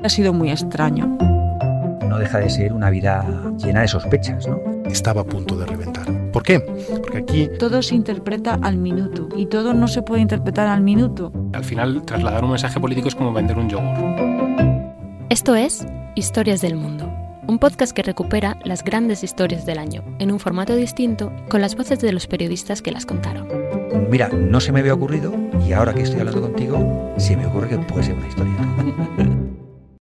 Ha sido muy extraño. No deja de ser una vida llena de sospechas, ¿no? Estaba a punto de reventar. ¿Por qué? Porque aquí, Todo se interpreta al minuto y todo no se puede interpretar al minuto. Al final, trasladar un mensaje político es como vender un yogur. Esto es Historias del Mundo, un podcast que recupera las grandes historias del año, en un formato distinto, con las voces de los periodistas que las contaron. Mira, no se me había ocurrido y ahora que estoy hablando contigo, se me ocurre que puede ser una historia.